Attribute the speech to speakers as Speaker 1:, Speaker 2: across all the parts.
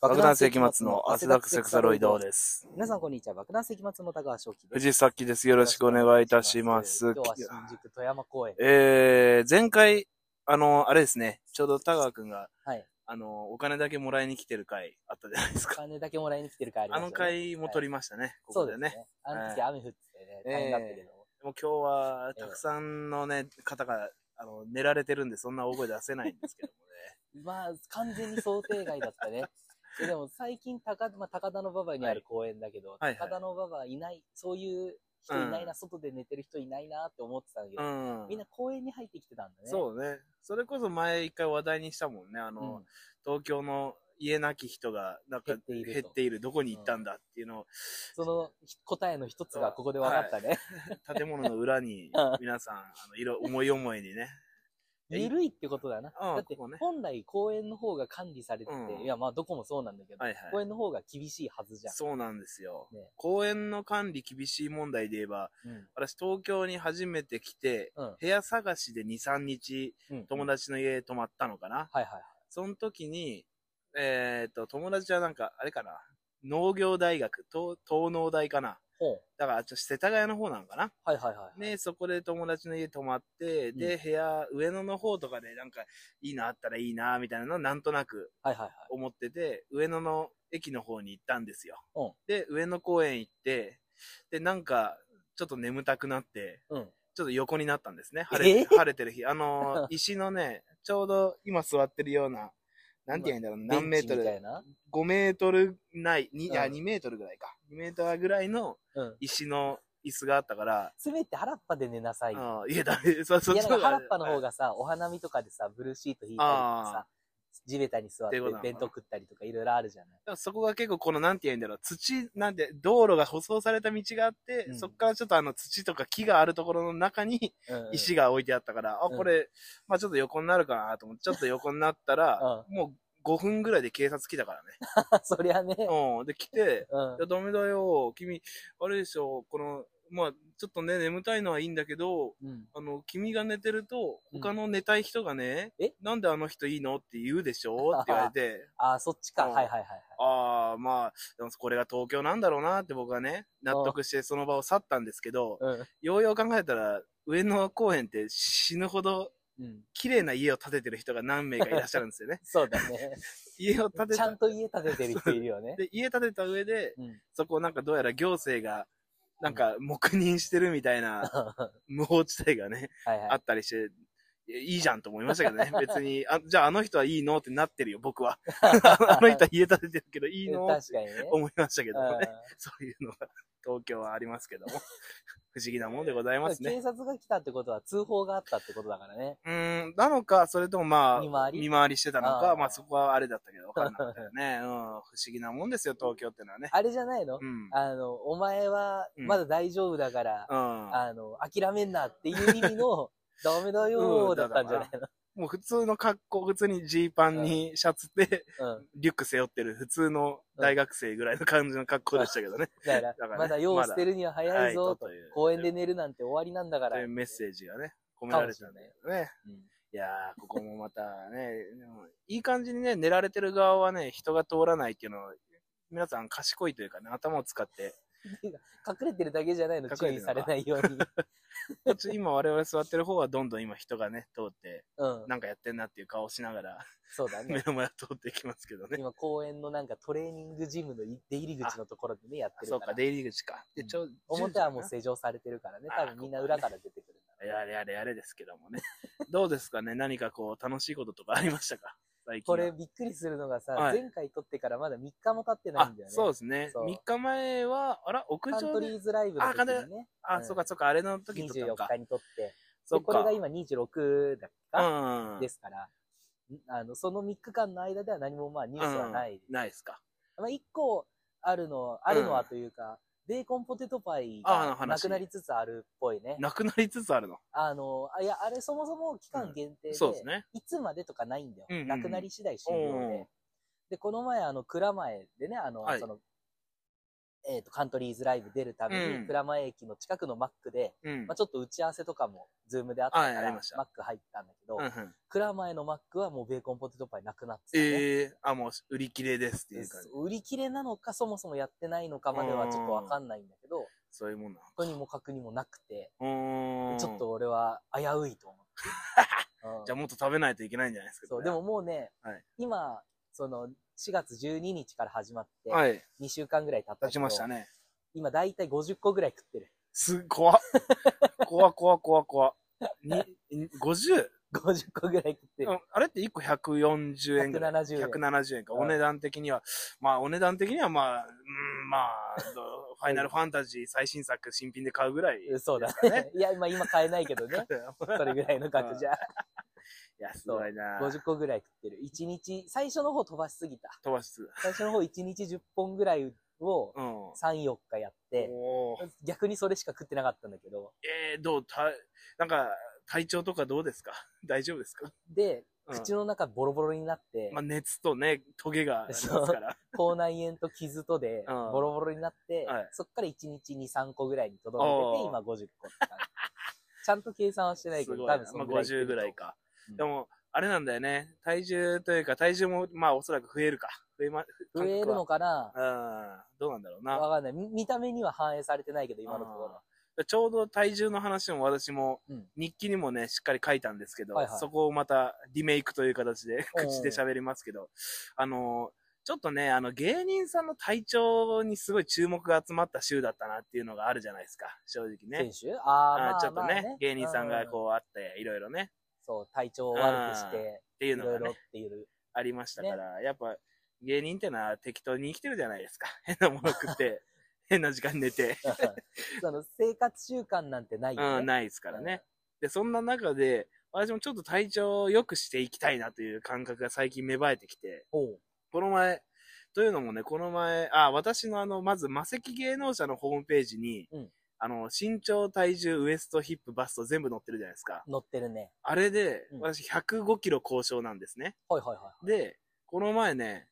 Speaker 1: 爆弾石末の汗だくセクサロイドです。
Speaker 2: 皆さん、こんにちは。爆弾石松の高橋沖です。
Speaker 1: 藤崎です。よろしくお願いいたします。
Speaker 2: 今日は新宿富山公園。
Speaker 1: えー、前回、あの、あれですね、ちょうど田川くんが、
Speaker 2: はい。
Speaker 1: あの、お金だけもらいに来てる回あったじゃないです
Speaker 2: お
Speaker 1: か。
Speaker 2: 金だけもらいに来てるから
Speaker 1: あの回も撮りましたね、こ
Speaker 2: そ
Speaker 1: こ
Speaker 2: うで
Speaker 1: ですね。
Speaker 2: ね。あの時雨降ってね、大変だったけど。
Speaker 1: でも今日は、たくさんのね、方が、あの、寝られてるんで、そんな大声出せないんですけどもね。
Speaker 2: まあ、完全に想定外だった ね。ででも、最近高、まあ、高田の馬場にある公園だけど、
Speaker 1: はいはい
Speaker 2: 高田の馬場いない、そういう人いないな、外で寝てる人いないなって思ってたんだけ
Speaker 1: う
Speaker 2: ど、
Speaker 1: ん。
Speaker 2: みんな公園に入ってきてたんだね。
Speaker 1: そうね。それこそ前一回話題にしたもんね。あ
Speaker 2: う
Speaker 1: の、
Speaker 2: ん。
Speaker 1: 東京の家なき人が、なんか
Speaker 2: 減っていると
Speaker 1: 減っている、どこに行ったんだっていうのを、
Speaker 2: その答えの一つがここで分かったね。
Speaker 1: 建物の裏に
Speaker 2: うん
Speaker 1: 皆さん、あの色思い思いにね。い
Speaker 2: 緩いってことだな。
Speaker 1: うん
Speaker 2: だって
Speaker 1: ここね
Speaker 2: 本来公園の方が管理されてて、
Speaker 1: うん
Speaker 2: いやまあどこもそうなんだけど、
Speaker 1: はいはい
Speaker 2: 公園の方が厳しいはずじゃん。
Speaker 1: そうなんですよ。
Speaker 2: ね
Speaker 1: 公園の管理厳しい問題で言えば、
Speaker 2: うん
Speaker 1: 私東京に初めて来て、
Speaker 2: うん
Speaker 1: 部屋探しで2、3日
Speaker 2: うん
Speaker 1: 友達の家泊まったのかな。
Speaker 2: はいはい。
Speaker 1: その時に、えーっと、友達はなんか、あれかな。農業大学、東東農大かな。
Speaker 2: ほう。
Speaker 1: だから、あっち世田谷の方なのかな。
Speaker 2: はいはいはい。
Speaker 1: ね、そこで友達の家泊まって、で、
Speaker 2: う
Speaker 1: 部屋、上野の方とかでなんか、いいのあったらいいな、みたいなのをなんとなく
Speaker 2: はいはいはい。
Speaker 1: 思ってて、上野の駅の方に行ったんですよ。
Speaker 2: うん
Speaker 1: で、上野公園行って、で、なんか、ちょっと眠たくなって、
Speaker 2: うん。
Speaker 1: ちょっと横になったんですね。晴れ
Speaker 2: え
Speaker 1: 晴れてる日。あ のー、石のね、ちょうど今座ってるような、なんて言うんだろう、何メート
Speaker 2: ベンチみた
Speaker 1: ル
Speaker 2: いな。
Speaker 1: ?5 メートルない、にあ
Speaker 2: うん
Speaker 1: 2メートルぐらいか。2メートルぐらいの
Speaker 2: うん。
Speaker 1: 石の椅子があったから、
Speaker 2: せめて原っぱで寝なさいよ。
Speaker 1: ああ、いや、ダメ。 そ、そ
Speaker 2: いや、なんか原っぱの方
Speaker 1: が。
Speaker 2: がさ、お花見とかでさ、ブルーシート引いたりとか
Speaker 1: あ
Speaker 2: さ、地べたに座っ
Speaker 1: ってい
Speaker 2: て
Speaker 1: うことなのかな
Speaker 2: 弁当食ったりとかいろいろあるじゃない。
Speaker 1: でもそこが結構この、なんて言うんだろう、土、なんて、道路が舗装された道があって、
Speaker 2: うん
Speaker 1: そこからちょっとあの土とか木があるところの中に
Speaker 2: うんうん
Speaker 1: 石が置いてあったから、
Speaker 2: うん
Speaker 1: あ、これ、まあちょっと横になるかなと思って、ちょっと横になった ら、もう5分ぐらいで警察来たからね。
Speaker 2: そりゃね。
Speaker 1: うん。で、来て、
Speaker 2: う
Speaker 1: い
Speaker 2: ん
Speaker 1: や、。ダメだよ、君、あれでしょ、この、まあちょっとね、眠たいのはいいんだけど、
Speaker 2: うん。
Speaker 1: あの、君が寝てると、
Speaker 2: うん
Speaker 1: 他の寝たい人がね、
Speaker 2: え
Speaker 1: なんであの人いいのって言うでしょって言われて、
Speaker 2: ああ、そっちか。
Speaker 1: うん
Speaker 2: はいはいはいはい。
Speaker 1: ああ、まあ、でもこれが東京なんだろうなって僕はね、納得してその場を去ったんですけど、
Speaker 2: うん。
Speaker 1: ようよう考えたら、上野公園って死ぬほど
Speaker 2: うん。。
Speaker 1: 綺麗な家を建ててる人が何名かいらっしゃるんですよね
Speaker 2: そうだね。
Speaker 1: 家を建て
Speaker 2: ちゃん
Speaker 1: た、
Speaker 2: と家建ててる人いるよね。
Speaker 1: で家建てた上で、
Speaker 2: うん。
Speaker 1: そこをなんかどうやら行政が、なんか黙認してるみたい な
Speaker 2: は
Speaker 1: 無法地帯がね、
Speaker 2: いはい。
Speaker 1: あったりして、いやいいじゃんと思いましたけ どね。別に、あ、じゃああの人はいいのってなってるよ、僕は。あの人は家建ててるけどいいのっ
Speaker 2: 確
Speaker 1: て
Speaker 2: かにね。
Speaker 1: 思いましたけどもね。
Speaker 2: うん
Speaker 1: そういうのが東京はありますけども。 不思議なもんでございます
Speaker 2: 警
Speaker 1: ね。
Speaker 2: 察が来たってことは通報があったってことだからね。
Speaker 1: うーん、なのか、それともまあ、
Speaker 2: 見回り
Speaker 1: してたの
Speaker 2: あ
Speaker 1: か、
Speaker 2: あ
Speaker 1: まあそこはあれだったけど、わかんなかったよね。うん、不思議なもんですよ、東京ってのは ね。
Speaker 2: あれじゃないの
Speaker 1: うん。
Speaker 2: あの、お前は
Speaker 1: うん
Speaker 2: まだ大丈夫だから、
Speaker 1: うん。
Speaker 2: あの、諦めんなっていう意 味の、ダメだよ
Speaker 1: う
Speaker 2: ー
Speaker 1: ん
Speaker 2: だったんじゃない
Speaker 1: もう普通の格好、普通にジーパンにシャツで、
Speaker 2: のうん。
Speaker 1: リュック背負ってる普通の大学生ぐらいの感じの格好でしたけどね。
Speaker 2: だから
Speaker 1: から、ね
Speaker 2: まだ用を捨てるには早いぞと
Speaker 1: まだはいとという。
Speaker 2: 公園で寝るなんて終わりなんだか
Speaker 1: と
Speaker 2: ら
Speaker 1: い。うメッセージがね、込められてたんだけどね。
Speaker 2: うん
Speaker 1: いやー、ここもまたね、でもいい感じにね、寝られてる側はね、人が通らないっていうのは、皆さん賢いというかね、頭を使って、
Speaker 2: 隠れてるだけじゃないの、
Speaker 1: 隠
Speaker 2: 注
Speaker 1: れて
Speaker 2: 意
Speaker 1: るのか
Speaker 2: されないように。
Speaker 1: こっち今我々座ってる方はどんどん今人がね、通って、
Speaker 2: うん。
Speaker 1: なんかやってんなっていう顔をしなが ら、
Speaker 2: そうだ
Speaker 1: 目
Speaker 2: ね。
Speaker 1: の前を通っていきますけどね。
Speaker 2: 今公園のなんかトレーニングジムの出入り口のところでね、やっ
Speaker 1: あ
Speaker 2: て
Speaker 1: そ
Speaker 2: る
Speaker 1: う
Speaker 2: か
Speaker 1: か、
Speaker 2: ら。
Speaker 1: 出入り口か。で、ちょ、
Speaker 2: 表はもう
Speaker 1: 10
Speaker 2: 施錠されてるからね、
Speaker 1: あ
Speaker 2: 多分みんな裏から出てくるんだ
Speaker 1: 時かなあれあれあれですけどもね。どうですかね、何かこう、楽しいこととかありましたか最近
Speaker 2: こ
Speaker 1: は。
Speaker 2: れびっくりするのがさ、
Speaker 1: はい
Speaker 2: 前回撮ってからまだ3日も経ってない
Speaker 1: あ
Speaker 2: んだよ、ね。
Speaker 1: そうですね。
Speaker 2: そう
Speaker 1: 3日前は、あら、屋
Speaker 2: カント
Speaker 1: 上
Speaker 2: リ
Speaker 1: で。
Speaker 2: ーズライブの時にね、う
Speaker 1: あ、
Speaker 2: ん
Speaker 1: そうかそうか、あれの時撮った
Speaker 2: 24
Speaker 1: のか。
Speaker 2: 日に撮って、
Speaker 1: そ
Speaker 2: で
Speaker 1: っ
Speaker 2: こ
Speaker 1: か。
Speaker 2: れが今26だっけか、
Speaker 1: うん。
Speaker 2: ですから、んあの、その3日間の間では何もまあニュースはない。
Speaker 1: うんないですか。
Speaker 2: まあ1個あるの、あるのはというか、ベーコンポテトパイ
Speaker 1: あの
Speaker 2: が
Speaker 1: 話
Speaker 2: なくなりつつあるっぽいね。
Speaker 1: なくなりつつあるの。
Speaker 2: あの、あいや、あれそもそも期間限定で、
Speaker 1: そうですね。
Speaker 2: いつまでとかないんだよ。
Speaker 1: うんうんうん
Speaker 2: なくなり次第終了
Speaker 1: お
Speaker 2: で
Speaker 1: ー。
Speaker 2: で、この前、あの、蔵前でね、あの、
Speaker 1: はい
Speaker 2: その、えっ、と、カントリーズライブ出るために、
Speaker 1: うん
Speaker 2: 鞍馬駅の近くのマックで、
Speaker 1: うん
Speaker 2: まあ、。ちょっと打ち合わせとかも、ズームであったか
Speaker 1: はいあり
Speaker 2: ら、マ
Speaker 1: ました
Speaker 2: ック入ったんだけど、
Speaker 1: うんうん
Speaker 2: 蔵前のマックはもうベーコンポテトパイなくなってたね。
Speaker 1: ええあ、もう売り切れですっていう感じ。
Speaker 2: 売り切れなのか、そもそもやってないのかまではちょっとわかんないんだけど、
Speaker 1: そういうもんなのか。
Speaker 2: とにもかくにもなくて、
Speaker 1: うーん。
Speaker 2: ちょっと。俺は危ういと 思って。うん
Speaker 1: じゃあもっと食べないといけないんじゃないですか。
Speaker 2: そ
Speaker 1: こ
Speaker 2: う、
Speaker 1: れ
Speaker 2: でも、もうね、
Speaker 1: はい
Speaker 2: 今、その、4月12日から始まって、
Speaker 1: はい。
Speaker 2: 2週間ぐらい経ったけど
Speaker 1: 立ちましたね。
Speaker 2: 今だいたい50個ぐらい食ってる。
Speaker 1: す、怖っ。怖っ怖っ怖っ怖っ。に、50?
Speaker 2: 50個ぐらい食って
Speaker 1: う
Speaker 2: る。
Speaker 1: んあれって1個140円ぐらい。
Speaker 2: 170円。
Speaker 1: 170円か。
Speaker 2: うん
Speaker 1: お値段的には、まあお値段的にはまあ、うん、まあ、 どファイナルファンタジー最新作新品で買うぐらい。
Speaker 2: そうだ
Speaker 1: ですか
Speaker 2: ね
Speaker 1: ね。
Speaker 2: いや、今、今買えないけ どね。それぐらいの額じゃ。
Speaker 1: いや、すごいな
Speaker 2: 50個ぐらい食ってる。1日、最初の方飛ばしすぎた。
Speaker 1: 飛ばしつ。
Speaker 2: 最初の方1日10本ぐらいを
Speaker 1: うん。
Speaker 2: 3、4日やって、
Speaker 1: おー
Speaker 2: 逆にそれしか食ってなかったんだけど。
Speaker 1: えー、どうた、なんか、体調とかどうですか 大丈夫ですか、
Speaker 2: で、
Speaker 1: うん
Speaker 2: 口の中ボロボロになって、
Speaker 1: まあ、熱とね、トゲがありますから。
Speaker 2: 口内炎と傷と で、
Speaker 1: うん
Speaker 2: ボロボロになって、
Speaker 1: はい
Speaker 2: そっから1日2、3個ぐらいにとどめてて、
Speaker 1: おー
Speaker 2: 今50個って感じ。ちゃんと計算はしてないけ
Speaker 1: す
Speaker 2: ど、
Speaker 1: ごい
Speaker 2: 多分
Speaker 1: な。
Speaker 2: そ
Speaker 1: ま
Speaker 2: の
Speaker 1: あ、
Speaker 2: ぐらい食って
Speaker 1: 50
Speaker 2: ると
Speaker 1: ぐらい。か。
Speaker 2: うん
Speaker 1: でも、あれなんだよね。体重というか、体重も、まあ、おそらく増えるか。増えま、
Speaker 2: 増えるのかな
Speaker 1: うん。どうなんだろうな。
Speaker 2: わかんない。み見た目には反映されてないけど、今のところ。
Speaker 1: ちょうど体重の話も私も
Speaker 2: うん、
Speaker 1: 日記にもね、しっかり書いたんですけど、
Speaker 2: はいはい
Speaker 1: そこをまたリメイクという形で、
Speaker 2: おう
Speaker 1: 口で喋りますけど、あの、ちょっとね、あの、芸人さんの体調にすごい注目が集まった週だったなっていうのがあるじゃないですか、正直ね
Speaker 2: 選。手あー、まあ
Speaker 1: あーちょっと
Speaker 2: まあ
Speaker 1: ね、芸人さんが
Speaker 2: う
Speaker 1: こうあって、いろいろね、
Speaker 2: そう、体調を悪くし、
Speaker 1: うんってってい
Speaker 2: いう
Speaker 1: の
Speaker 2: ろ
Speaker 1: が
Speaker 2: いろっ
Speaker 1: ね、
Speaker 2: ていう。
Speaker 1: ありましたから、やっぱ芸人ってのは適当に生きてるじゃないですか。 変なもの食 って、変な時間に寝て、
Speaker 2: その生活習慣なんてないよね。
Speaker 1: うん、ないですからね。で、そんな中で、私もちょっと体調を良くしていきたいなという感覚が最近芽生えてきて、
Speaker 2: おう
Speaker 1: この前、というのもね、この前、あ、私のあの、まず、魔石芸能者のホームページに、
Speaker 2: うん
Speaker 1: あの、身長、体重、ウエスト、ヒップ、バスト全部載ってるじゃないですか。
Speaker 2: 乗ってるね。
Speaker 1: あれで
Speaker 2: うん、
Speaker 1: 私105キロ交渉なんですね。
Speaker 2: はいはいはい。
Speaker 1: で、この前ね、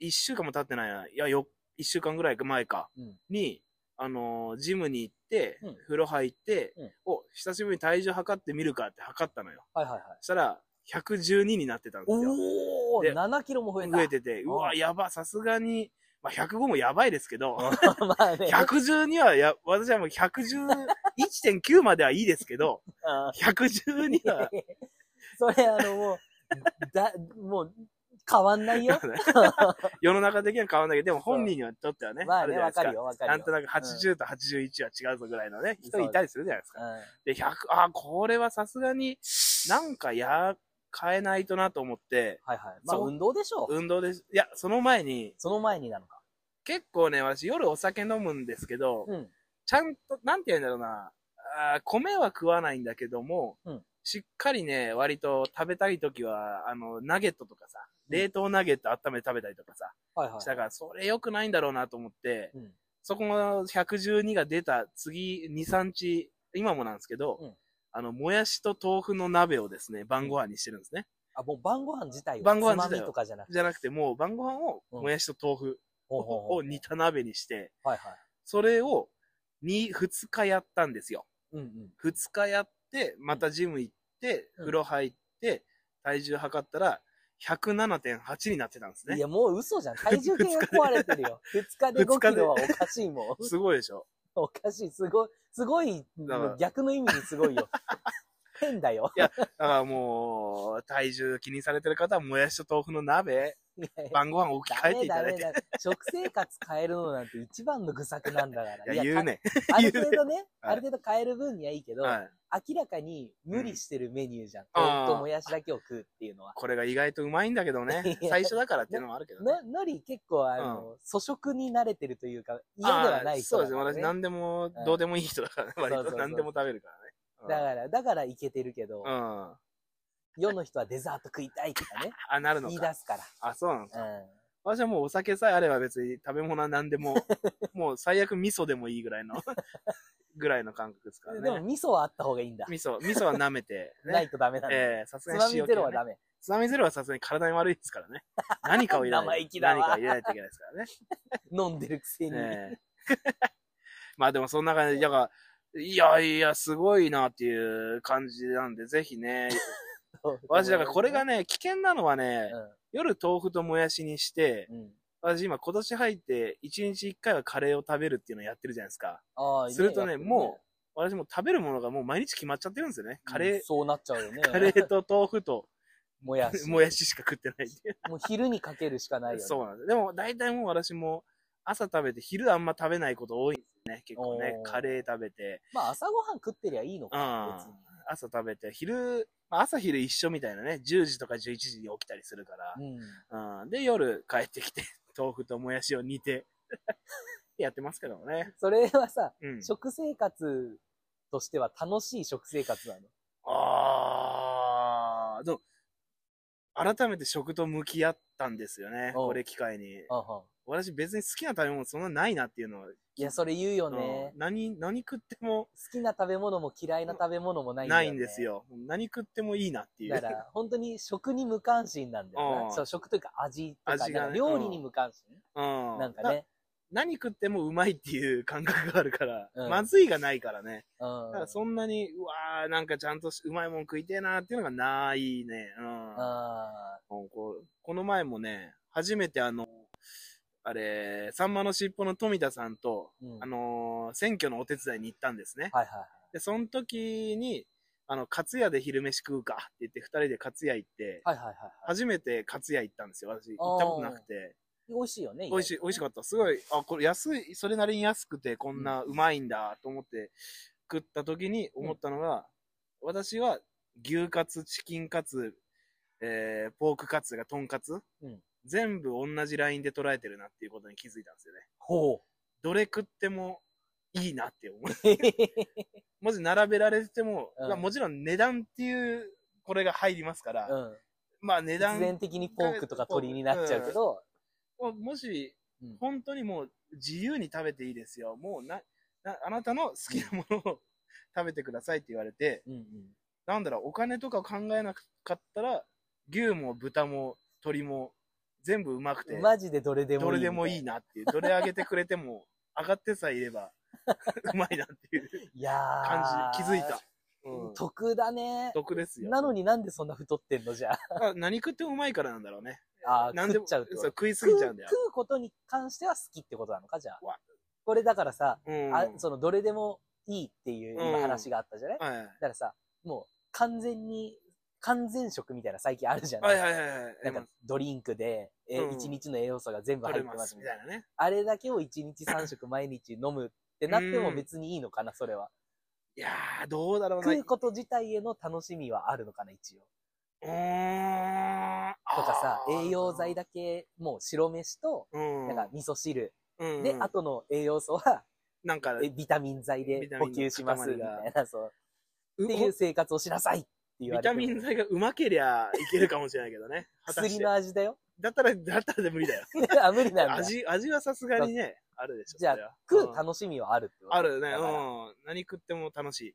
Speaker 1: 1週間も経ってないな。いや、よ、1週間ぐらい前か。
Speaker 2: うん
Speaker 1: に、あのージムに行って、
Speaker 2: うん
Speaker 1: 風呂入って、
Speaker 2: うん
Speaker 1: お、久しぶりに体重測ってみるかって測ったのよ。
Speaker 2: はいはいはい。
Speaker 1: そしたら、112になってたんですよ。
Speaker 2: おお
Speaker 1: で
Speaker 2: !7 キロも増えた。
Speaker 1: 増えてて、うわ、
Speaker 2: うん
Speaker 1: やば、さすがに、まあ、105もやばいですけど、
Speaker 2: ま あね。
Speaker 1: 112はや、私はもう111.9まではいいですけ ど、
Speaker 2: うん
Speaker 1: 112は、
Speaker 2: それあのもう、だ、もう、変わんないよ。
Speaker 1: 世の中的には変わんないけど、でも本人にとっては ね、
Speaker 2: まあ
Speaker 1: る
Speaker 2: ね、
Speaker 1: じゃない
Speaker 2: わ
Speaker 1: です
Speaker 2: かるよ、わかるよ。
Speaker 1: なんとなく80と81は違うぞぐらいのね、人いたりするじゃないですか。
Speaker 2: うん
Speaker 1: で、100、あ、これはさすがに、なんかや、変えないとなと思って、
Speaker 2: はいはい。まあ
Speaker 1: そう
Speaker 2: 運動でしょう。
Speaker 1: 運動です。いや、その前に、
Speaker 2: その前になのか。
Speaker 1: 結構ね、私夜お酒飲むんですけど、
Speaker 2: うん。
Speaker 1: ちゃんと、なんて言うんだろうな、あー米は食わないんだけども、
Speaker 2: うん
Speaker 1: しっかりね、割と食べたい時は、あの、ナゲットとかさ、
Speaker 2: うん
Speaker 1: 冷凍ナゲット温めて食べたりとかさ、
Speaker 2: はいはい。
Speaker 1: したから、それ良くないんだろうなと思って、
Speaker 2: うん
Speaker 1: そこの112が出た次2、3日、今もなんですけど、
Speaker 2: うん
Speaker 1: あの、もやしと豆腐の鍋をですね、晩ご飯にしてるんですね。
Speaker 2: あ、もう晩ご飯自体を
Speaker 1: 晩ご飯自
Speaker 2: つま
Speaker 1: 体を
Speaker 2: みとかじゃなくて。
Speaker 1: じゃなくて、もう晩ご飯を
Speaker 2: うん
Speaker 1: もやしと豆腐
Speaker 2: ほうほうほう
Speaker 1: を煮た鍋にして、
Speaker 2: はいはい。
Speaker 1: それを2、2日やったんですよ。
Speaker 2: うんうん。
Speaker 1: 2日やって、またジム行って、
Speaker 2: うん
Speaker 1: 風呂入って、体重測ったら、107.8になってたんです
Speaker 2: い
Speaker 1: ね。
Speaker 2: や、も う嘘じゃん。体重計が壊れてるよ。2日で5キロはおかしいもん。
Speaker 1: すごいでしょ
Speaker 2: おかしい。すごい、すごい
Speaker 1: だから、
Speaker 2: 逆の意味にすごいよ。 変だよ。
Speaker 1: だからもう、体重気にされてる方は、もやしと豆腐の鍋、晩ご飯置き換えていただいて。
Speaker 2: ダメダメ食生活変えるのなんて一番の愚策なんだから。
Speaker 1: いや、言うね。
Speaker 2: かある程度ね、
Speaker 1: はい
Speaker 2: ある程度変える分にはいいけど、
Speaker 1: はい。
Speaker 2: 明らかに無理してるメニューじゃん。
Speaker 1: うん
Speaker 2: 豆腐と
Speaker 1: あー
Speaker 2: もやしだけを食うっていうのは。
Speaker 1: これが意外とうまいんだけどね
Speaker 2: い。や
Speaker 1: 最初だからっていうのもあるけどね。
Speaker 2: の、のり結構、あの、粗食に慣れてるというか、嫌で
Speaker 1: ああ
Speaker 2: はない人
Speaker 1: そう
Speaker 2: だ
Speaker 1: ですね。
Speaker 2: から
Speaker 1: 私
Speaker 2: ね
Speaker 1: 何でも、どうでもいい人だからね。割
Speaker 2: そうそ
Speaker 1: と
Speaker 2: うそう
Speaker 1: 何でも食べるか
Speaker 2: だ
Speaker 1: らね。
Speaker 2: から、だからいけてるけど
Speaker 1: う、ん。うん
Speaker 2: 世の人はデザート食いたいとかね、
Speaker 1: あ、なるの
Speaker 2: 言い
Speaker 1: か。
Speaker 2: 出すか
Speaker 1: あ、そうなの
Speaker 2: ら。うん。
Speaker 1: 私はもうお酒さえあれば別に食べ物は何でも、 もう最悪味噌でもいいぐらいの、 ぐらいの感覚ですから
Speaker 2: でも
Speaker 1: ね。
Speaker 2: 味噌はあった方がいいんだ。
Speaker 1: 味噌、味噌は舐めて、
Speaker 2: な
Speaker 1: ね
Speaker 2: い。とダメなんだ。
Speaker 1: ええ、さす
Speaker 2: つ
Speaker 1: がに
Speaker 2: まみ
Speaker 1: 塩
Speaker 2: ゼ
Speaker 1: 気
Speaker 2: ロは
Speaker 1: はね
Speaker 2: ダメ。
Speaker 1: つまみゼロはさすがに体に悪い ですからね。何かを入れない。
Speaker 2: 生意気だわ
Speaker 1: 何かを入れないといけないですからね。
Speaker 2: 飲んでるくせに。
Speaker 1: ええ まあでもそんな感じで、だから、いやいや、すごいなっていう感じなんで、ぜひね。 私、だからこれが
Speaker 2: ね、
Speaker 1: ね、危険なのはね、夜豆腐ともやしにして、
Speaker 2: うん。うん。
Speaker 1: 私今今年入って、1日1回はカレーを食べるっていうのをやってるじゃないですか。
Speaker 2: ああ、
Speaker 1: するとね
Speaker 2: やって
Speaker 1: も私もう食べるものがもう毎日決まっちゃってるんですよね。カレー、
Speaker 2: うんそうなっちゃうよ ね。
Speaker 1: カレーと豆腐と
Speaker 2: もや し。
Speaker 1: もやししか食ってないっていう
Speaker 2: もう昼にかけるしかないよ ね。
Speaker 1: そうなんです。でも大体もう私も朝食べて昼あんま食べないこと多いんですね。結構ね
Speaker 2: お。ー
Speaker 1: カレー食べて、
Speaker 2: まあ朝ごはん食ってりゃいいの
Speaker 1: う
Speaker 2: か、
Speaker 1: ん
Speaker 2: 別。
Speaker 1: 朝食べて、昼、まあ朝昼一緒みたいなね。10時とか11時に起きたりするから。
Speaker 2: に。うん。
Speaker 1: うん。で、夜帰ってきて、 豆腐ともやしを煮て、 やってますけどもね。
Speaker 2: それはさ、
Speaker 1: うん。
Speaker 2: 食生活としては楽しい食生活なの。
Speaker 1: あー、でも、改めて食と向き合ったんですよね。
Speaker 2: おう
Speaker 1: これ機会に。
Speaker 2: あは
Speaker 1: 私別に好きな食べ物そんなないなっていうのを。
Speaker 2: いや、それ言うよね。
Speaker 1: うん何、何食っても
Speaker 2: 好きな食べ物も嫌いな食べ物もないんだ
Speaker 1: な
Speaker 2: よ、
Speaker 1: い
Speaker 2: ね。
Speaker 1: んです。よ。何食ってもいいなっていう。
Speaker 2: だから、本当に食に無関心なんだよ
Speaker 1: うん
Speaker 2: な。そう、食というか味とか、
Speaker 1: 味がね
Speaker 2: なんか料理に無関心、
Speaker 1: うん。
Speaker 2: なんかね。
Speaker 1: な何食ってもうまいっていう感覚があるから、
Speaker 2: うん
Speaker 1: まずいがないからね。
Speaker 2: うん
Speaker 1: だからそんなに、うわー、なんかちゃんとしうまいもん食いてえなっていうのがないね。うん。
Speaker 2: あ
Speaker 1: うんこうこの前もね、初めてあの、あれ、サンマの尻尾の富田さんと、
Speaker 2: ーうん
Speaker 1: あのー選挙のお手伝いに行ったんですね。
Speaker 2: はいはいはい。
Speaker 1: で、その時に、あの、カツヤで昼飯食うかって言って、二人でカツヤ行って、
Speaker 2: はいはいはいはい。
Speaker 1: 初めてカツヤ行ったんですよ。私、行ったことなくて。
Speaker 2: 美味しいよね。
Speaker 1: 美味しい、美味しかった。すごい、あ、これ安い、それなりに安くて、こんなうまいんだと思って、食った時に思ったのが、私は牛カツ、チキンカツ、えー、ポークカツがトンカツ、
Speaker 2: うん
Speaker 1: 全部同じラインで捉えてるなっていうことに気づいたんですよね。
Speaker 2: ほ
Speaker 1: どれ食ってもいいなって 思う。
Speaker 2: う。
Speaker 1: もし並べられても、
Speaker 2: うん
Speaker 1: まあもちろん値段っていう、これが入りますから、
Speaker 2: うん。
Speaker 1: まあ値
Speaker 2: 必
Speaker 1: 段
Speaker 2: 然的にポークとか鶏になっちゃうけど、
Speaker 1: もうもし
Speaker 2: うん、
Speaker 1: 本当にもう自由に食べていいですよ。もうな、なあなたの好きなものを食べてくださいって言われて、
Speaker 2: うんうん。
Speaker 1: なんだろう、お金とか考えなかったら、牛も豚も鶏も全部うまくて、
Speaker 2: マジでどれでもい
Speaker 1: ど
Speaker 2: い。
Speaker 1: れでもいい。なっていう。どれあげてくれても、上がってさえいれ ば、うまいなっていう
Speaker 2: いやー
Speaker 1: 感じ、気づいた。。うん
Speaker 2: 得だね。
Speaker 1: 得ですよ。
Speaker 2: なのになんでそんな太ってんのじゃあ。
Speaker 1: あ何食ってもうまいからなんだろうね。
Speaker 2: あー
Speaker 1: 何で
Speaker 2: 食っ
Speaker 1: も
Speaker 2: ちゃうって
Speaker 1: そう
Speaker 2: こと
Speaker 1: 食いす
Speaker 2: 食
Speaker 1: ぎ
Speaker 2: う
Speaker 1: ちゃうんだよ。
Speaker 2: 食うことに関しては好きってことなのかじゃあ
Speaker 1: うわ。
Speaker 2: これだからさ、
Speaker 1: うん。
Speaker 2: あそのどれでもいいっていう
Speaker 1: う
Speaker 2: 今
Speaker 1: ん
Speaker 2: 話があったじゃないだ
Speaker 1: はいはい
Speaker 2: からさ、もう完全に、完全食みたいな最近あるじゃな
Speaker 1: はいいはいはいはい。
Speaker 2: なんかドリンクで、え
Speaker 1: うん
Speaker 2: 1日の栄養素が全部
Speaker 1: 取
Speaker 2: 入っ
Speaker 1: れ
Speaker 2: て
Speaker 1: ま
Speaker 2: ますす
Speaker 1: み
Speaker 2: み
Speaker 1: た
Speaker 2: た
Speaker 1: い
Speaker 2: い
Speaker 1: なね。
Speaker 2: な。あれだけを1日3食毎日飲むってなっても別にいいのかな、それは。
Speaker 1: いやー、どうだろうな。
Speaker 2: 食うこと自体への楽しみはあるのかな、一応。
Speaker 1: うーん。
Speaker 2: とかさ、
Speaker 1: あー
Speaker 2: 栄養剤だけ、もう白飯と、
Speaker 1: うん。
Speaker 2: なんか味噌汁。
Speaker 1: うん、
Speaker 2: で、あとの栄養素は、
Speaker 1: なんか、
Speaker 2: えビタミン剤で
Speaker 1: ビタミン
Speaker 2: 補
Speaker 1: の
Speaker 2: 給します、み
Speaker 1: 塊
Speaker 2: た
Speaker 1: が
Speaker 2: いな、そう。
Speaker 1: う
Speaker 2: っていう生活をしなさいって言わ
Speaker 1: ビ
Speaker 2: れて
Speaker 1: タ
Speaker 2: も。
Speaker 1: ミン剤がうまけりゃいけるかもしれないけどね。果たし
Speaker 2: 薬
Speaker 1: て
Speaker 2: の味だよ。
Speaker 1: だったら、だったらで無理だよ。
Speaker 2: あ、無理なんだ。
Speaker 1: 味、味はさすがにね、あるでしょ。
Speaker 2: じゃあ
Speaker 1: それは
Speaker 2: 食う
Speaker 1: うん
Speaker 2: 楽しみはあるってこと
Speaker 1: あるね。
Speaker 2: だから
Speaker 1: うん。何食っても楽しい。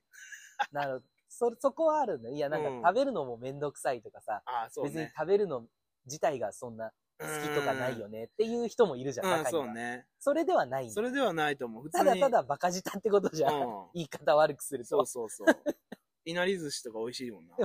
Speaker 2: なるほどそ、そこはあるんだ。いや、なんか
Speaker 1: うん
Speaker 2: 食べるのもめんどくさいとかさ、
Speaker 1: ああ、そう
Speaker 2: 別に
Speaker 1: ね。
Speaker 2: 食べるの自体がそんな好きとかないよねっていう人もいるじゃん、
Speaker 1: うん。うん、
Speaker 2: 中には
Speaker 1: そうね。
Speaker 2: それではないんだ
Speaker 1: それではないと思う。普通
Speaker 2: た
Speaker 1: に。
Speaker 2: だただバカ舌ってことじゃん。
Speaker 1: うん。
Speaker 2: 言い方悪くすると。
Speaker 1: そうそうそう。いなり寿司とか美味しいも んな。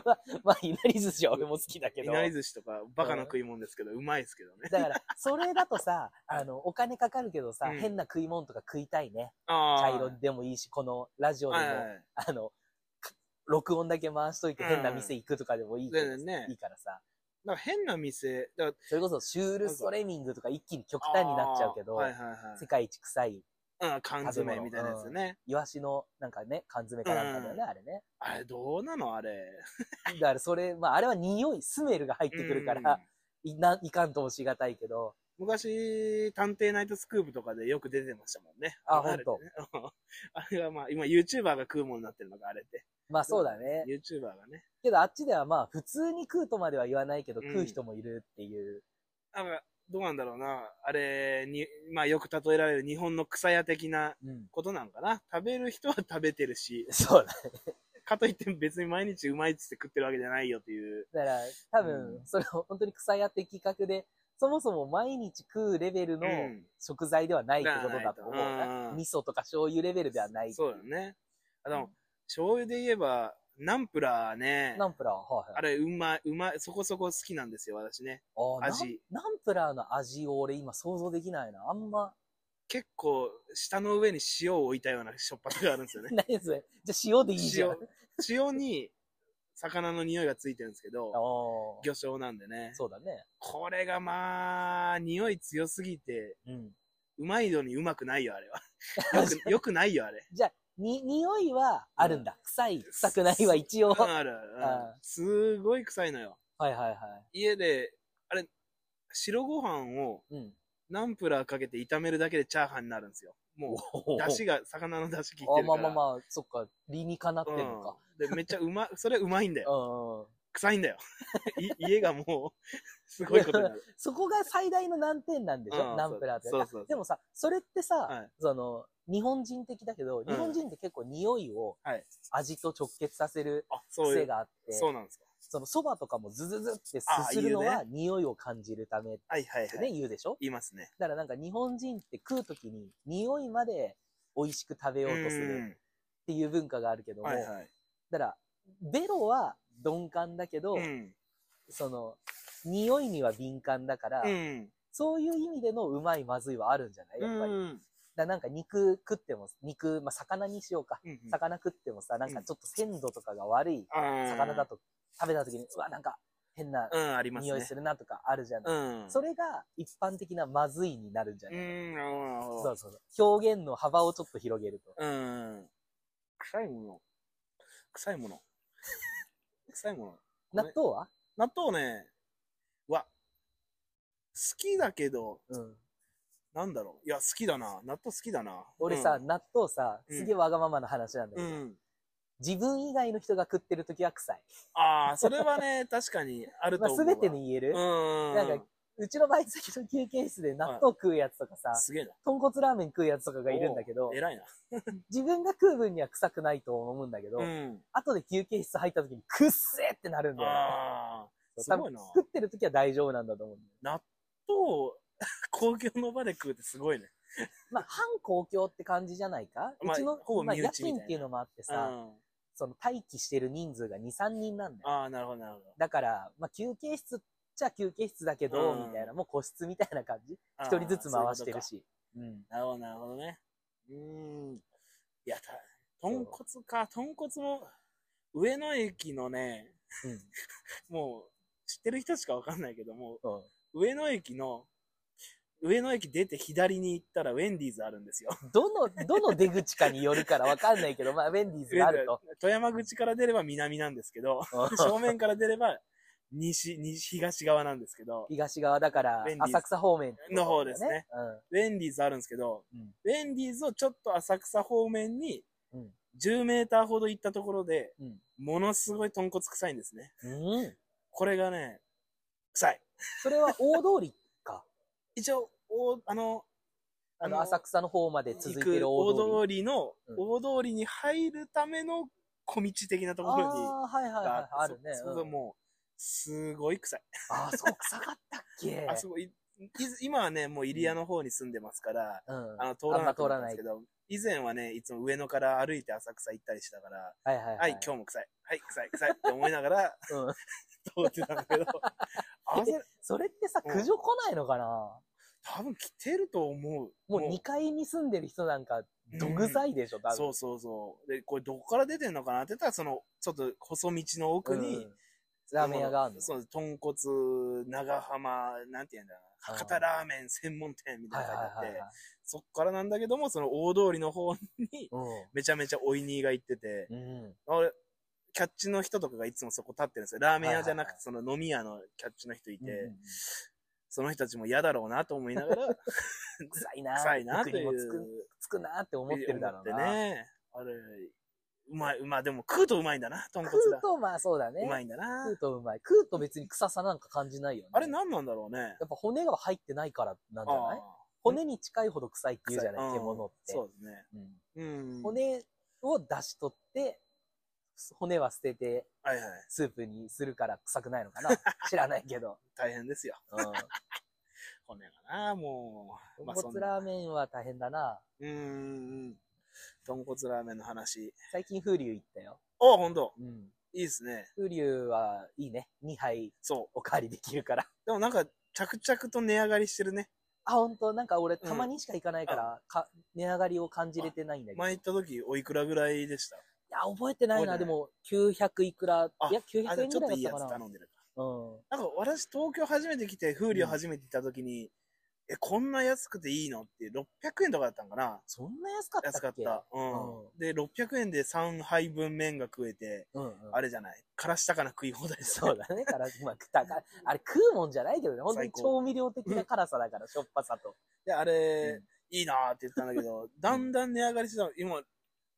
Speaker 2: まあ、いなり寿司は俺も好きだけ
Speaker 1: い
Speaker 2: ど。
Speaker 1: なり寿司とかバカな食い物ですけど、うまいですけどね。
Speaker 2: だから、それだとさ、あの、お金かかるけどさ、
Speaker 1: うん
Speaker 2: 変な食い物とか食いたいね。
Speaker 1: ああ。
Speaker 2: 茶色でもいいし、このラジオでも、
Speaker 1: はいはいはい。
Speaker 2: あの、か録音だけ回しといて
Speaker 1: うん
Speaker 2: 変な店行くとかでもいいけど、
Speaker 1: 全然ね
Speaker 2: いいからさ。
Speaker 1: なんか変な店、だか
Speaker 2: それこそシュールストレミングとか一気に極端になっちゃうけど、
Speaker 1: あーはいはい
Speaker 2: 世界一臭い、
Speaker 1: はい。うん、缶詰みたいなやつよね。
Speaker 2: イワシのなんかね、缶詰かなんかだよね、あれね。
Speaker 1: あれ、どうなのあれ。
Speaker 2: だからそれ、まああれは匂い、スメルが入ってくるか
Speaker 1: うん
Speaker 2: ら、いないかんともしがたいけど、
Speaker 1: 昔、探偵ナイトスクープとかでよく出てましたもんね。
Speaker 2: あ
Speaker 1: の
Speaker 2: ほんと。
Speaker 1: れねあれはまあ、今 YouTuber が食うものになってるのがあれって。
Speaker 2: まあそうだね。
Speaker 1: YouTuber がね。
Speaker 2: けどあっちではまあ普通に食うとまでは言わないけど、
Speaker 1: うん
Speaker 2: 食う人もいるっていう。
Speaker 1: なんか、どうなんだろうな。あれに、まあよく例えられる日本の草屋的な
Speaker 2: うん。
Speaker 1: ことなんかな。食べる人は食べてるし、
Speaker 2: そうだ。
Speaker 1: かといって別に毎日うまいっつって食ってるわけじゃないよという。
Speaker 2: だから多
Speaker 1: う
Speaker 2: 分
Speaker 1: ん、
Speaker 2: それを本当に草屋的企画で、そもそも毎日食うレベルの
Speaker 1: うん
Speaker 2: 食材ではないってことだと思う
Speaker 1: だからない
Speaker 2: な。
Speaker 1: とうん
Speaker 2: 味噌とか醤油レベルではない。
Speaker 1: そうだね。あ、で
Speaker 2: うん
Speaker 1: も、醤油で言えば、ナンプラーね。
Speaker 2: ナンプラー、はいはい
Speaker 1: あ。れ、うまい、うまい、そこそこ好きなんですよ、私ね。
Speaker 2: あー
Speaker 1: 味
Speaker 2: ナンナンプラーの味を俺今想像できないな。あんま、
Speaker 1: 結構、舌の上に塩を置いたようなしょっぱさがあるんです よね。
Speaker 2: 何それ。じゃあ塩でいいじゃん。あ
Speaker 1: 塩、塩に、魚の匂いがついてるんですけど、
Speaker 2: ー
Speaker 1: 魚醤なんでね。
Speaker 2: そうだね。
Speaker 1: これがまあ、匂い強すぎて、
Speaker 2: うん。
Speaker 1: うまいのにうまくないよ、あれ は。よく、よくないよ、あれ。
Speaker 2: じゃあ、に、匂いはあるんだ。臭い、臭くないは一応。
Speaker 1: うん
Speaker 2: はい
Speaker 1: ある、うん
Speaker 2: あ
Speaker 1: すごい臭いのよ。
Speaker 2: はいはい。
Speaker 1: 家で、あれ、白ご飯を
Speaker 2: うん。
Speaker 1: ナンプラーかけて炒めるだけでチャーハンになるんですよ。もう、だしが、魚のだし効いてるか
Speaker 2: あ
Speaker 1: ら。
Speaker 2: まあまあまあ、そっか、理にかなってんのか。
Speaker 1: うん、でめっちゃうま、 それうまいんだよ。
Speaker 2: うん。
Speaker 1: 臭いんだよ。 い家がもう、すごいことになる。
Speaker 2: そこが最大の難点なんでしょ、
Speaker 1: うん
Speaker 2: ナンプラーって。
Speaker 1: そうそうそう
Speaker 2: あでもさ、それってさ、
Speaker 1: はい
Speaker 2: その、日本人的だけど、日本人って結構匂いを
Speaker 1: はい
Speaker 2: 味と直結させる
Speaker 1: あ、そうい
Speaker 2: 癖
Speaker 1: う。
Speaker 2: があって、
Speaker 1: そうなんですか。
Speaker 2: その蕎麦とかもズズズってす
Speaker 1: あ
Speaker 2: するの
Speaker 1: 言う
Speaker 2: は匂いを感じるためっ
Speaker 1: はいはい
Speaker 2: て
Speaker 1: は
Speaker 2: ね、
Speaker 1: い。
Speaker 2: 言うでしょ
Speaker 1: 言いますね。
Speaker 2: だからなんか日本人って食うときに匂いまで美味しく食べようとす
Speaker 1: う
Speaker 2: る
Speaker 1: ん
Speaker 2: っていう文化があるけども、
Speaker 1: はいはい。
Speaker 2: だから、ベロは鈍感だけど、
Speaker 1: うん。
Speaker 2: その、匂いには敏感だから、
Speaker 1: うん。
Speaker 2: そういう意味でのうまいまずいはあるんじゃないやっぱり。だか
Speaker 1: うん
Speaker 2: らなんか肉食っても、肉、まあ、魚にしようか。
Speaker 1: うん
Speaker 2: 魚食ってもさ、なんかちょっと鮮度とかが悪い魚だ
Speaker 1: と。
Speaker 2: と食べた時に、うわ、なんか変な
Speaker 1: うん、ありますね。
Speaker 2: 匂いするなとかあるじゃない。
Speaker 1: うん。
Speaker 2: それが一般的なまずいになるんじゃ
Speaker 1: う
Speaker 2: ない
Speaker 1: ん、なるほどなるほ
Speaker 2: そ
Speaker 1: ど
Speaker 2: う。そうそう。表現の幅をちょっと広げると。
Speaker 1: うん。臭いもの。臭いもの。臭いもの。
Speaker 2: 納豆は
Speaker 1: 納豆ね、は、好きだけど、
Speaker 2: うん。
Speaker 1: なんだろう。いや、好きだな。納豆好きだな。
Speaker 2: 俺さ、
Speaker 1: うん、
Speaker 2: 納豆さ、
Speaker 1: うん
Speaker 2: すげえわがままな話なんだけ
Speaker 1: う
Speaker 2: ど、
Speaker 1: ん。
Speaker 2: 自分以外の人が食ってる時は臭い。
Speaker 1: ああ、それは ね、確かにある
Speaker 2: ま
Speaker 1: と
Speaker 2: あ、
Speaker 1: 思う。
Speaker 2: すべて。に言える、
Speaker 1: うん。
Speaker 2: なんかうちのバイト先の休憩室で納豆食うやつとかさ、
Speaker 1: すげえな。
Speaker 2: 豚骨ラーメン食うやつとかがいるんだけど
Speaker 1: おう、偉いな。
Speaker 2: 自分が食う分には臭くないと思うんだけど、
Speaker 1: うん。
Speaker 2: 後で休憩室入った時にくっせーってなるんだよね。
Speaker 1: ああ、
Speaker 2: そう
Speaker 1: すごいな
Speaker 2: 多分作ってる時は大丈夫なんだと思うんだよ。
Speaker 1: 納豆、公共の場で食うってすごいね。
Speaker 2: まあ、反公共って感じじゃないか、
Speaker 1: まあ
Speaker 2: うちの、
Speaker 1: ほぼ
Speaker 2: まあ、
Speaker 1: 身内み
Speaker 2: 夜
Speaker 1: たいな
Speaker 2: 勤っていうのもあって
Speaker 1: う
Speaker 2: さ、
Speaker 1: ん。
Speaker 2: その待機してる人数が2、3人なんだよ。
Speaker 1: ああ、なるほど、なるほど。
Speaker 2: だから、まあ、休憩室っちゃ休憩室だけど、
Speaker 1: うん
Speaker 2: みたいな、もう個室みたいな感じ。
Speaker 1: あー
Speaker 2: 一人ずつ回してる。
Speaker 1: そういうこ
Speaker 2: し。うん。
Speaker 1: とかなるほど、なるほどね。うーん。いや、た、豚骨か、豚骨も、上野駅のね、
Speaker 2: うん。
Speaker 1: もう、知ってる人しかわかんないけども、
Speaker 2: うん
Speaker 1: 上野駅の、上野駅出て左に行ったらウェンディーズあるんですよ。
Speaker 2: どの、どの出口かによるからわかんないけど、まあ、ウェンディーズがあると。
Speaker 1: 富山口から出れば南なんですけ ど、
Speaker 2: うん
Speaker 1: 正面から出れば西、西、東側なんですけど、
Speaker 2: 東側だから
Speaker 1: ウェンディ、ーズ
Speaker 2: 浅草方面、
Speaker 1: の方ですね。ウェンディーズあるんですけど、
Speaker 2: うん
Speaker 1: ウェンディーズをちょっと浅草方面に
Speaker 2: うん。うん。
Speaker 1: 10メーターほど行ったところで、
Speaker 2: うん
Speaker 1: ものすごい豚骨臭いんですね。
Speaker 2: うん。
Speaker 1: これがね、臭い。
Speaker 2: それは大通りか。
Speaker 1: 一応、おあの、
Speaker 2: あの、浅草の方まで続いてる
Speaker 1: 行
Speaker 2: 大
Speaker 1: く
Speaker 2: 通り。
Speaker 1: 大通りの、
Speaker 2: うん
Speaker 1: 大通りに入るための小道的なと
Speaker 2: あ
Speaker 1: ころに
Speaker 2: あー、はいはい
Speaker 1: が
Speaker 2: は
Speaker 1: あっ
Speaker 2: い
Speaker 1: て、。
Speaker 2: あるね。
Speaker 1: そそこが
Speaker 2: うん
Speaker 1: もう、すごい臭い。
Speaker 2: ああ、そう、臭かったっけ
Speaker 1: あそこいい今はね、もう入谷の方に住んでますから、
Speaker 2: うん。
Speaker 1: あの、
Speaker 2: は
Speaker 1: 通らなくなったんで
Speaker 2: あんま通らない
Speaker 1: すけど、以前はね、いつも上野から歩いて浅草行ったりしたから、
Speaker 2: いはい
Speaker 1: はい、今日も臭い。はい、臭い、臭いって思いながら
Speaker 2: 日。うん。
Speaker 1: 通ってたんだけど、あそれ
Speaker 2: それってさ、
Speaker 1: うん
Speaker 2: 苦情来ないのかな
Speaker 1: 多分来てると思う。
Speaker 2: もう2階に住んでる人なんか、毒
Speaker 1: い
Speaker 2: 臭いでしょ、多分。
Speaker 1: そうそうそう。で、これどこから出てんのかなって言ったら、その、ちょっと細道の奥に、
Speaker 2: うんラーメン屋があるの。
Speaker 1: そう、豚骨、長浜、なんて言うんだろうな博多ラーメン専門店みた
Speaker 2: はい
Speaker 1: いな
Speaker 2: は
Speaker 1: の
Speaker 2: い
Speaker 1: があっ
Speaker 2: はい
Speaker 1: て
Speaker 2: は、
Speaker 1: そっからなんだけども、その大通りの方に、
Speaker 2: い。
Speaker 1: めちゃめちゃおいにが行ってて、
Speaker 2: うん。うん。
Speaker 1: あれ、キャッチの人とかがいつもそこ立ってるんですよ。ラーメン屋じゃなく
Speaker 2: はいはいは
Speaker 1: て、その飲み屋のキャッチの人いて、
Speaker 2: うんうんうん
Speaker 1: その人たちも嫌だろうなと思いながら、
Speaker 2: 臭いなー
Speaker 1: 臭いなと
Speaker 2: 肉に
Speaker 1: い
Speaker 2: もつく
Speaker 1: う。
Speaker 2: つくなーって思ってるだろう
Speaker 1: 思って
Speaker 2: な。
Speaker 1: ね。あれ、うまい、まあでも食うとうまいんだな、豚
Speaker 2: 食
Speaker 1: 骨だ
Speaker 2: う。とまあそうだね
Speaker 1: う。まいんだな
Speaker 2: 食う。とうまい。食うと別に臭さなんか感じないよね。
Speaker 1: あれ何なんだろうね。
Speaker 2: やっぱ骨が入ってないからなんじゃない
Speaker 1: あー
Speaker 2: 骨に近いほど臭いって言うじゃ
Speaker 1: 臭
Speaker 2: ないい獣って。
Speaker 1: そうですね。
Speaker 2: うん
Speaker 1: うん。
Speaker 2: 骨を出し取って、骨は捨てて
Speaker 1: はいはい。
Speaker 2: スープにするから臭くないのかな知らないけど。
Speaker 1: 大変ですよ。
Speaker 2: うん
Speaker 1: 骨がな、もう。
Speaker 2: 豚
Speaker 1: あそん
Speaker 2: 骨
Speaker 1: な
Speaker 2: ラーメンは大変だな。
Speaker 1: うーん。豚骨ラーメンの話。
Speaker 2: 最近風流行ったよ。
Speaker 1: おほんと。
Speaker 2: うん。
Speaker 1: いいですね。
Speaker 2: 風流はいいね。2杯
Speaker 1: そ
Speaker 2: おかわりできるから。
Speaker 1: う。でもなんか、着々と値上がりしてるね。
Speaker 2: あ、本当なんか俺
Speaker 1: うん
Speaker 2: たまにしか行かないから、か値上がりを感じれてないんだけど。
Speaker 1: 前
Speaker 2: い
Speaker 1: 行った時、おいくらぐらいでした
Speaker 2: や、覚えてないな。
Speaker 1: 覚えて
Speaker 2: で
Speaker 1: ない
Speaker 2: も、900いくら
Speaker 1: あ、
Speaker 2: いや、
Speaker 1: あ
Speaker 2: 900
Speaker 1: じゃあ
Speaker 2: 円
Speaker 1: ちょ
Speaker 2: ぐ
Speaker 1: っと
Speaker 2: ら
Speaker 1: いい
Speaker 2: い
Speaker 1: や
Speaker 2: だった
Speaker 1: つ
Speaker 2: か
Speaker 1: 頼
Speaker 2: な。
Speaker 1: んでる。
Speaker 2: うん。
Speaker 1: なんか私、東京初めて来て、風流初めて行った時に、え、こんな安くていいのって、600円とかだったんかな
Speaker 2: そんな安かったっ
Speaker 1: 安
Speaker 2: け
Speaker 1: かった。うん。で、600円で3杯分麺が食えて、
Speaker 2: うん、うん。
Speaker 1: あれじゃない。からしたかな食い放題だよね
Speaker 2: そうだ ね。から、まあ、たか、あれ食うもんじゃないけどね。本当に
Speaker 1: 最高
Speaker 2: 調味料的な辛さだから、しょっぱさと。
Speaker 1: で、あれ
Speaker 2: う、
Speaker 1: いいなーって言ったんだけど、 だんだん値上がりしてたの。今、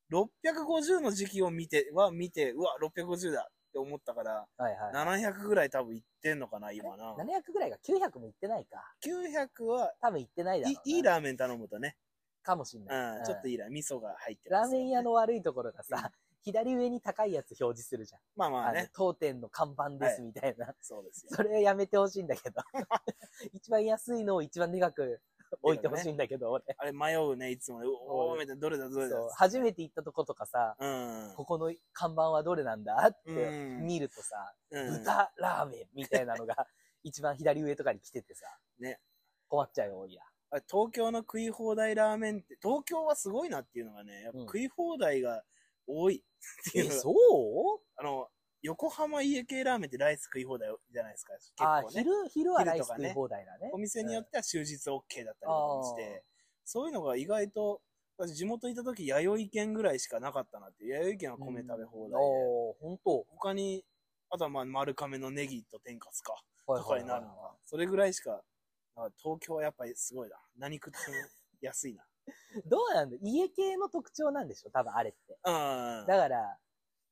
Speaker 1: 650の時期を見て、は見て、うわ、650だって思ったから、
Speaker 2: はいはい。
Speaker 1: 700ぐらい多分いってんのかな、今な。
Speaker 2: 700ぐらいが900もいってないか。
Speaker 1: 900は、
Speaker 2: 多分いってないだろう
Speaker 1: い
Speaker 2: な。
Speaker 1: いいラーメン頼むとね。
Speaker 2: かもしん
Speaker 1: う
Speaker 2: ない。
Speaker 1: ん、ちょっと
Speaker 2: い
Speaker 1: いいラーメン、味噌が入って
Speaker 2: ラ
Speaker 1: ま
Speaker 2: ー
Speaker 1: す
Speaker 2: メン屋の悪いところが
Speaker 1: う
Speaker 2: さ、左上に高いやつ表示するじゃん。
Speaker 1: まあまあ
Speaker 2: あの
Speaker 1: ね、。
Speaker 2: 当店の看板ですみたいな。
Speaker 1: そうですよ。
Speaker 2: それやめてほしいんだ けど。一番安いのを一番でかく置いてほしいんだけど、俺。
Speaker 1: あれ迷うね、いつもね。うおー、みたいな、どれだ、どれだ。
Speaker 2: そう初めて行ったとことかさ、
Speaker 1: うん。
Speaker 2: ここの看板はどれなんだっ
Speaker 1: う
Speaker 2: て
Speaker 1: ん
Speaker 2: 見るとさ、
Speaker 1: うん。
Speaker 2: 豚ラーメンみたいなのが 一番左上とかに来ててさ。
Speaker 1: ね。
Speaker 2: 困っちゃうよ、おいや。
Speaker 1: あれ東京の食い放題ラーメンって、東京はすごいなっていうのがね、やっぱ
Speaker 2: うん
Speaker 1: 食い放題が多いっていうのが、
Speaker 2: う
Speaker 1: あの、横浜家系ラーメンってライス食い放題じゃないですか。結
Speaker 2: あ、
Speaker 1: 構ね。
Speaker 2: 昼、昼はライス
Speaker 1: 昼とか
Speaker 2: 食
Speaker 1: ね
Speaker 2: い放題だね。
Speaker 1: お店によ
Speaker 2: う
Speaker 1: っ
Speaker 2: ん
Speaker 1: ては終日 OK だったりとかもし
Speaker 2: あー
Speaker 1: て、そういうのが意外と、私地元いた時、弥生県ぐらいしかなかったなっていう。弥生県は米食べ放題で。
Speaker 2: おー、ほんと。
Speaker 1: 他に、あとはまあ丸亀のネギと天かすか。
Speaker 2: はい
Speaker 1: とか
Speaker 2: はい
Speaker 1: にな
Speaker 2: はい
Speaker 1: るのか。それぐらいしか、あ東京はやっぱりすごいな。何食っても安 いな。
Speaker 2: どうなんだ家系の特徴なんでしょ多分あれって。
Speaker 1: うん。
Speaker 2: だから、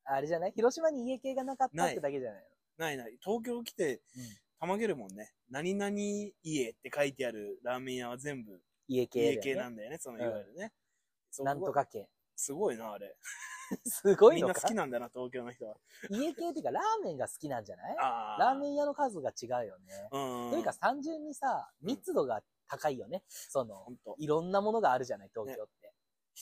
Speaker 2: あれじゃない広島に家系がなかったってだけじゃない
Speaker 1: ないない。東京来て
Speaker 2: うん、
Speaker 1: たまげるもんね。何々家って書いてあるラーメン屋は全部
Speaker 2: 家系だよ
Speaker 1: 家
Speaker 2: ね。
Speaker 1: 系なんだよね、そのいわゆるね。そこ
Speaker 2: な
Speaker 1: は
Speaker 2: んとか系。
Speaker 1: すごいな、あれ。
Speaker 2: すごい
Speaker 1: みん
Speaker 2: の
Speaker 1: な好
Speaker 2: か
Speaker 1: きなんだな、東京の人は。
Speaker 2: 家系っていうか、ラーメンが好きなんじゃない
Speaker 1: あ
Speaker 2: ラーメ
Speaker 1: ン
Speaker 2: ン屋の数が違うよね。
Speaker 1: うん。
Speaker 2: というか、単純にさ、
Speaker 1: うん
Speaker 2: 密度が高いよね。その、
Speaker 1: ほんと、
Speaker 2: いろんなものがあるじゃない、東京って。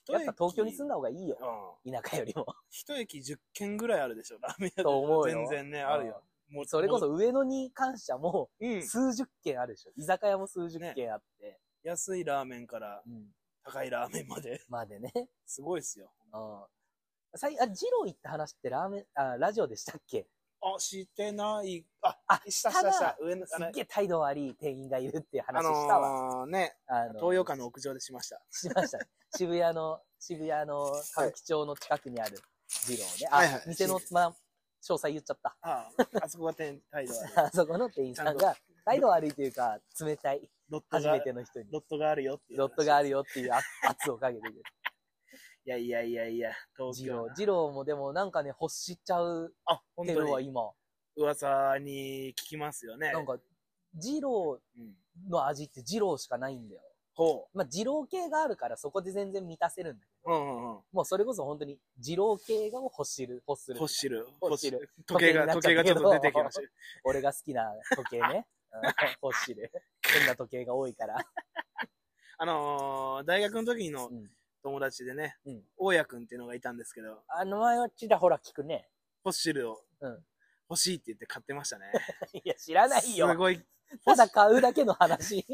Speaker 2: やっぱ東京に住ん
Speaker 1: だ
Speaker 2: だ方がいいよ。
Speaker 1: うん。
Speaker 2: 田舎よりも。
Speaker 1: 一駅10軒ぐらいあるでしょ、ラーメン屋で
Speaker 2: と思うよ
Speaker 1: 全然ね、あるよ。もう
Speaker 2: それこ、そ上野に関してはも
Speaker 1: う。
Speaker 2: うん数十軒あるでしょ。居酒屋も数十軒あって。
Speaker 1: 安いラーメンから
Speaker 2: うん
Speaker 1: 高いラーメンまで。
Speaker 2: まあでね。
Speaker 1: すごいっすよ。
Speaker 2: うん。さいあ、ジロー行った話ってラーメン、あ、ラジオでしたっけ
Speaker 1: あ、してない。あ、
Speaker 2: あ
Speaker 1: した
Speaker 2: た
Speaker 1: し
Speaker 2: だ
Speaker 1: たした。上の、
Speaker 2: す
Speaker 1: あ
Speaker 2: っ
Speaker 1: の
Speaker 2: げえ態度悪い店員がいるっていう
Speaker 1: あ
Speaker 2: 話したわ。
Speaker 1: のーね、
Speaker 2: あの
Speaker 1: 東洋館の屋上でしました。
Speaker 2: しましたね。渋谷の、渋谷の歌舞伎町の近くにあるジローね。あ、
Speaker 1: はいはい
Speaker 2: 店の、まあ、詳細言っちゃった。
Speaker 1: ああ、あそこが天、態度悪い。
Speaker 2: あそこの店員さん
Speaker 1: ちゃ
Speaker 2: が、態度悪いというか、冷たい。
Speaker 1: ロット
Speaker 2: 初
Speaker 1: が
Speaker 2: め、ての人に。
Speaker 1: ロットがあるよっていう。
Speaker 2: ロットがあるよっていう圧圧をかけてくる。
Speaker 1: いやいやいやいや、東
Speaker 2: ジ
Speaker 1: 京
Speaker 2: ロ
Speaker 1: な
Speaker 2: ー。。ジローもでもなんかね、欲しちゃう
Speaker 1: あ、本
Speaker 2: てる
Speaker 1: 当
Speaker 2: わ、
Speaker 1: に。
Speaker 2: 今。
Speaker 1: 噂に聞きますよね。
Speaker 2: なんか、ジロ
Speaker 1: うん。
Speaker 2: ーの味ってジローしかないんだよ。
Speaker 1: ほ
Speaker 2: まあ、ジロー系があるからそこで全然満たせるんだけど。
Speaker 1: う。うんうんうん。
Speaker 2: もうそれこそ本当に、ジロー系が欲しる、欲する。
Speaker 1: ホッシル。
Speaker 2: ホッシル
Speaker 1: ホッシ。時計が、時計がちょっと出てきました。
Speaker 2: 俺が好きな時計 ね。うん欲しいで。変な時計が多いから。
Speaker 1: あのー、大学の時の
Speaker 2: うん
Speaker 1: 友達でね
Speaker 2: うん、
Speaker 1: 大家くんっていうのがいたんですけど、
Speaker 2: あの前はちらほら聞くね。
Speaker 1: ホッシルを
Speaker 2: うん
Speaker 1: 欲しいって言って買ってましたね。
Speaker 2: いや、知ら ない
Speaker 1: す
Speaker 2: よ。
Speaker 1: ごい。
Speaker 2: ただ買うだけの 話。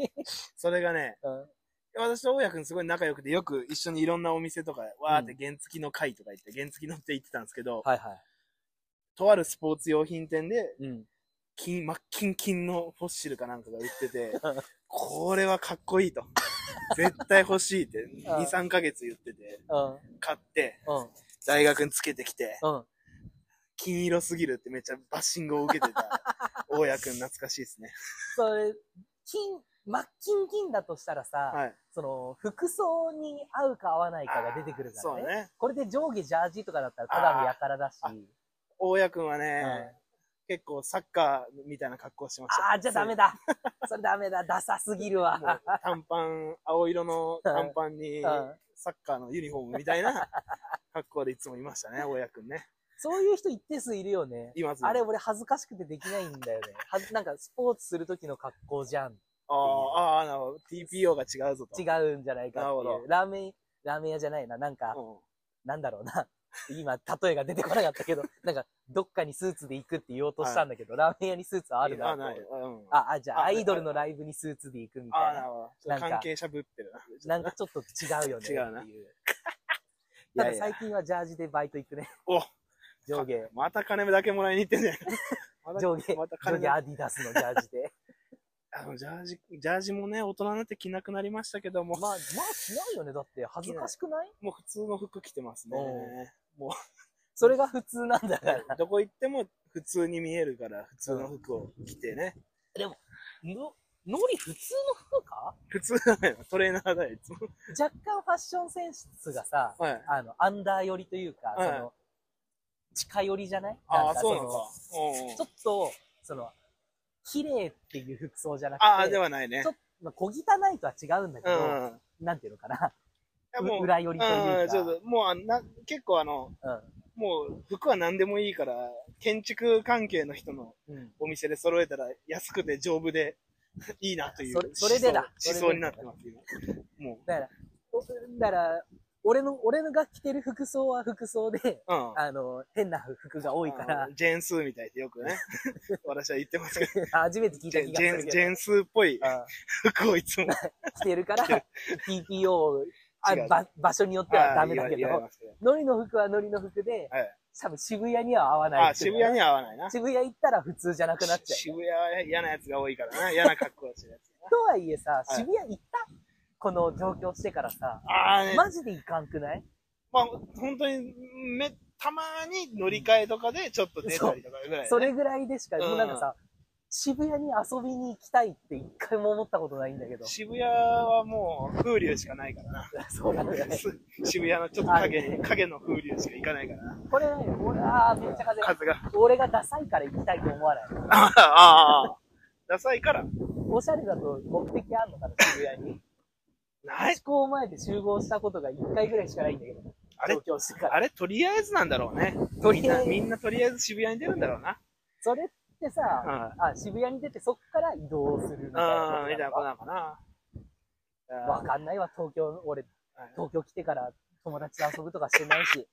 Speaker 1: それがね、
Speaker 2: うん
Speaker 1: 私と大家くんすごい仲良くて、よく一緒にいろんなお店とか、わーって原付きの会とか言って、原付き乗って行ってたんですけど、
Speaker 2: はいは
Speaker 1: とあるスポーツ用品店で、
Speaker 2: い。うん。
Speaker 1: 金、真っ金金のフォッシルかなんかが売って て、これはかっこいいと。絶対欲しいって、
Speaker 2: ああ
Speaker 1: 2、3ヶ月言ってて、
Speaker 2: うん。
Speaker 1: 買って、
Speaker 2: うん。
Speaker 1: 大学につけてきて、
Speaker 2: うん。
Speaker 1: 金色すぎるってめっちゃバッシングを受けて た、大家くん懐かしいですね。
Speaker 2: それ、金、真っ金金だとしたらさ、
Speaker 1: はい。
Speaker 2: その、服装に合うか合わないかが出てくる
Speaker 1: あー
Speaker 2: か
Speaker 1: そ
Speaker 2: ら
Speaker 1: う
Speaker 2: ね。
Speaker 1: ね。
Speaker 2: これで上下ジャージとかだったらただのやからだし。
Speaker 1: あ大家くんはね、
Speaker 2: うん
Speaker 1: 結構サッカーみたいな格好してました。
Speaker 2: ああ、じゃあダメだ。それダメだ。ダサすぎるわ。
Speaker 1: もう短パン、青色 の短パンに
Speaker 2: う、ん
Speaker 1: サッカーのユニフォームみたいな格好でいつもいました ね、大家くんね。
Speaker 2: そういう人一定数いるよね。
Speaker 1: いますね
Speaker 2: あれ、俺恥ずかしくてできないんだよね。はずなんかスポーツする時の格好じゃんっ
Speaker 1: ああ、ああ、なるほど。TPO が違うぞと。
Speaker 2: 違うんじゃないか
Speaker 1: なる
Speaker 2: っ
Speaker 1: ほ
Speaker 2: てい
Speaker 1: ど
Speaker 2: う。ラーメン、ラーメン屋じゃないな。なんか、
Speaker 1: うん。
Speaker 2: なんだろうな。 今、例えが出てこなかっ たけど、なんか、どっかにスーツで行くって言おうとしたんだけど、ラーメン屋にスーツはあるな
Speaker 1: あ、ない。
Speaker 2: と
Speaker 1: うん。あ
Speaker 2: あ、あ、じゃあ、
Speaker 1: あ
Speaker 2: アイドルのライブにスーツで行くみた
Speaker 1: あ、
Speaker 2: い
Speaker 1: なる
Speaker 2: な。
Speaker 1: ほどちょ
Speaker 2: な
Speaker 1: っ
Speaker 2: ん
Speaker 1: と
Speaker 2: か
Speaker 1: 関係者ぶってるな。
Speaker 2: なんかちょっと違うよね。
Speaker 1: 違うな
Speaker 2: っていう。
Speaker 1: い
Speaker 2: た
Speaker 1: や
Speaker 2: だ
Speaker 1: いや
Speaker 2: 最近はジャージでバイト行く ね。
Speaker 1: お
Speaker 2: 上下、
Speaker 1: また金だけもらいに行ってんじゃ ん。また
Speaker 2: 上下、
Speaker 1: また金
Speaker 2: 上下
Speaker 1: だ
Speaker 2: アディダスのジャージ で。
Speaker 1: あの、ジャージ、ジャージもね、大人になって着なくなりましたけど
Speaker 2: ま
Speaker 1: も
Speaker 2: あ、、まあ、しないよね。だって、恥ずかしくない
Speaker 1: もう普通の服着てますね。
Speaker 2: それが普通なんだから。
Speaker 1: どこ行っても普通に見えるから、普通の服を着てね。
Speaker 2: の、のり普通の服か
Speaker 1: 普通だよ。トレーナーだよ、いつ も。
Speaker 2: 若干ファッションセンスがさ、
Speaker 1: はい。
Speaker 2: あの、アンダー寄りというか、
Speaker 1: うん
Speaker 2: その、近寄りじゃない
Speaker 1: ああ、
Speaker 2: か
Speaker 1: そうな
Speaker 2: の
Speaker 1: のか。うんうん
Speaker 2: ちょっと、その、綺麗っていう服装じゃなくて、
Speaker 1: ああ、ではないね
Speaker 2: ちょ。っまあ、小汚いとは違うんだけ
Speaker 1: うん。い
Speaker 2: ど、なんていうのかな、
Speaker 1: やもう、
Speaker 2: 裏寄りと
Speaker 1: う
Speaker 2: い
Speaker 1: ん、
Speaker 2: う
Speaker 1: そ
Speaker 2: か、
Speaker 1: うそう。もうあんな、結構あの、もう服は何でもいいから、建築関係の人の
Speaker 2: うんうん
Speaker 1: お店で揃えたら安くて丈夫で いいなという
Speaker 2: それそれでだ
Speaker 1: 思想
Speaker 2: そ
Speaker 1: 思想
Speaker 2: れ
Speaker 1: に
Speaker 2: で
Speaker 1: な
Speaker 2: だ
Speaker 1: ってます、今。も
Speaker 2: だから、おだから俺の、俺のが着てる服装は服装で、
Speaker 1: う。うん。
Speaker 2: あの、変な服が多いから
Speaker 1: あ、のジェーンスーみたいってよくね、 私は言ってますけど、
Speaker 2: 初めて聞
Speaker 1: ジ
Speaker 2: いた
Speaker 1: ェ
Speaker 2: 気
Speaker 1: ン
Speaker 2: が
Speaker 1: ジ
Speaker 2: す
Speaker 1: ェ
Speaker 2: る
Speaker 1: ンジ
Speaker 2: け
Speaker 1: ェーンスーっ ぽい
Speaker 2: ど、うん
Speaker 1: 服をい つも。
Speaker 2: 着て るから、TPO をあ
Speaker 1: 違う
Speaker 2: ば場所によってはダメだ
Speaker 1: あー
Speaker 2: け
Speaker 1: 言わ言われ
Speaker 2: ど、
Speaker 1: ますけど
Speaker 2: ノリの服はノリの服で、
Speaker 1: はい
Speaker 2: 多分渋谷には合わない
Speaker 1: あー、渋谷には合わないな。
Speaker 2: 渋谷行ったら普通じゃなくなっちゃう。
Speaker 1: 渋谷は嫌なやつが多いからな、嫌な格好をしてるやつ。
Speaker 2: とはいえさ、
Speaker 1: い
Speaker 2: 渋谷行ったこの上京してからさ、
Speaker 1: ああね、
Speaker 2: マジで行かんくない
Speaker 1: まあ、本当に、め、たまに乗り換えとかでちょっと出たりとかぐらい、ね。
Speaker 2: それぐらいでしか、
Speaker 1: うん
Speaker 2: もうなんかさ、渋谷に遊びに行きたいって一回も思ったことないんだけど。
Speaker 1: 渋谷はもう風流しかないからな。
Speaker 2: そうなんだよね。
Speaker 1: す渋谷のちょっと影、影の風流しか行かないからな。
Speaker 2: これ、俺、ああ、めっちゃ風
Speaker 1: 風 が。
Speaker 2: 俺がダサいから行きたいと思わない。
Speaker 1: あーあー、ダサいから。
Speaker 2: おしゃれだと目的あんのかな、渋谷に。
Speaker 1: ない。
Speaker 2: 思考前で集合したことが一回ぐらいしかないんだけど。
Speaker 1: あれ
Speaker 2: 上京してから。
Speaker 1: あれ、とりあえずなんだろうね。
Speaker 2: とりあえず
Speaker 1: みんなみんなとりあえず渋谷に出るんだろうな。
Speaker 2: それってさ、
Speaker 1: う
Speaker 2: あ、渋谷に出てそっから移動するみたい
Speaker 1: ん。うん、みたい
Speaker 2: な
Speaker 1: なこと
Speaker 2: こと
Speaker 1: なのかな。
Speaker 2: なのかわかんないわ、東京、俺、東京来てから友達と遊ぶとかしてないし、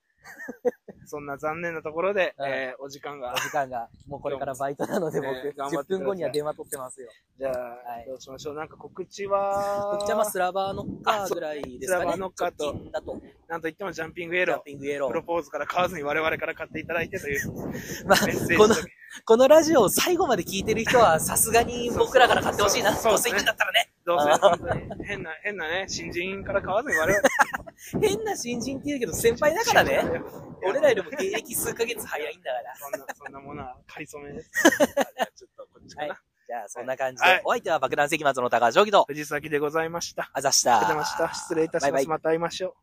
Speaker 1: そんな残念なところで、
Speaker 2: うん
Speaker 1: えーお時間が
Speaker 2: お。時間が、もうこれからバイトなので僕、
Speaker 1: ね頑張って
Speaker 2: 10
Speaker 1: ください
Speaker 2: 分後には電話取ってますよ。
Speaker 1: じゃあ、
Speaker 2: はい
Speaker 1: どうしましょう。なんか告知 は、
Speaker 2: こっちはまあスラバーノッカ
Speaker 1: あ
Speaker 2: ー
Speaker 1: そう
Speaker 2: ぐらいですかね。
Speaker 1: スラバーノッカーと
Speaker 2: 直近だと、
Speaker 1: なんといってもジャンピングエ
Speaker 2: ジ
Speaker 1: ロ
Speaker 2: ャ
Speaker 1: ー
Speaker 2: ン。ピングイエロ
Speaker 1: プロ
Speaker 2: ー。
Speaker 1: ポーズから買わずに我々から買っていただいてというメ
Speaker 2: まあ、
Speaker 1: ッセージ
Speaker 2: この、このラジオを最後まで聞いてる人は、さすがに僕らから買ってほしいな。
Speaker 1: そうそうう
Speaker 2: ど
Speaker 1: そう
Speaker 2: せ行くんだったらね。
Speaker 1: どうせ本当に変な、変なね、新人から買わずに我々
Speaker 2: 変な新人って言うけど、 先輩だからね。俺らよりも芸歴数ヶ月早いんだから。
Speaker 1: そんな、そんなものは仮初めです。 あじゃあちょっとこっちかな。
Speaker 2: じゃあ、そんな感じで、
Speaker 1: はい
Speaker 2: お相手は爆弾関松の高橋正樹と、
Speaker 1: 藤崎でございました。
Speaker 2: あざし
Speaker 1: あ
Speaker 2: た。
Speaker 1: りがとうございました。失礼いたします。
Speaker 2: バイバイ
Speaker 1: また会いましょう。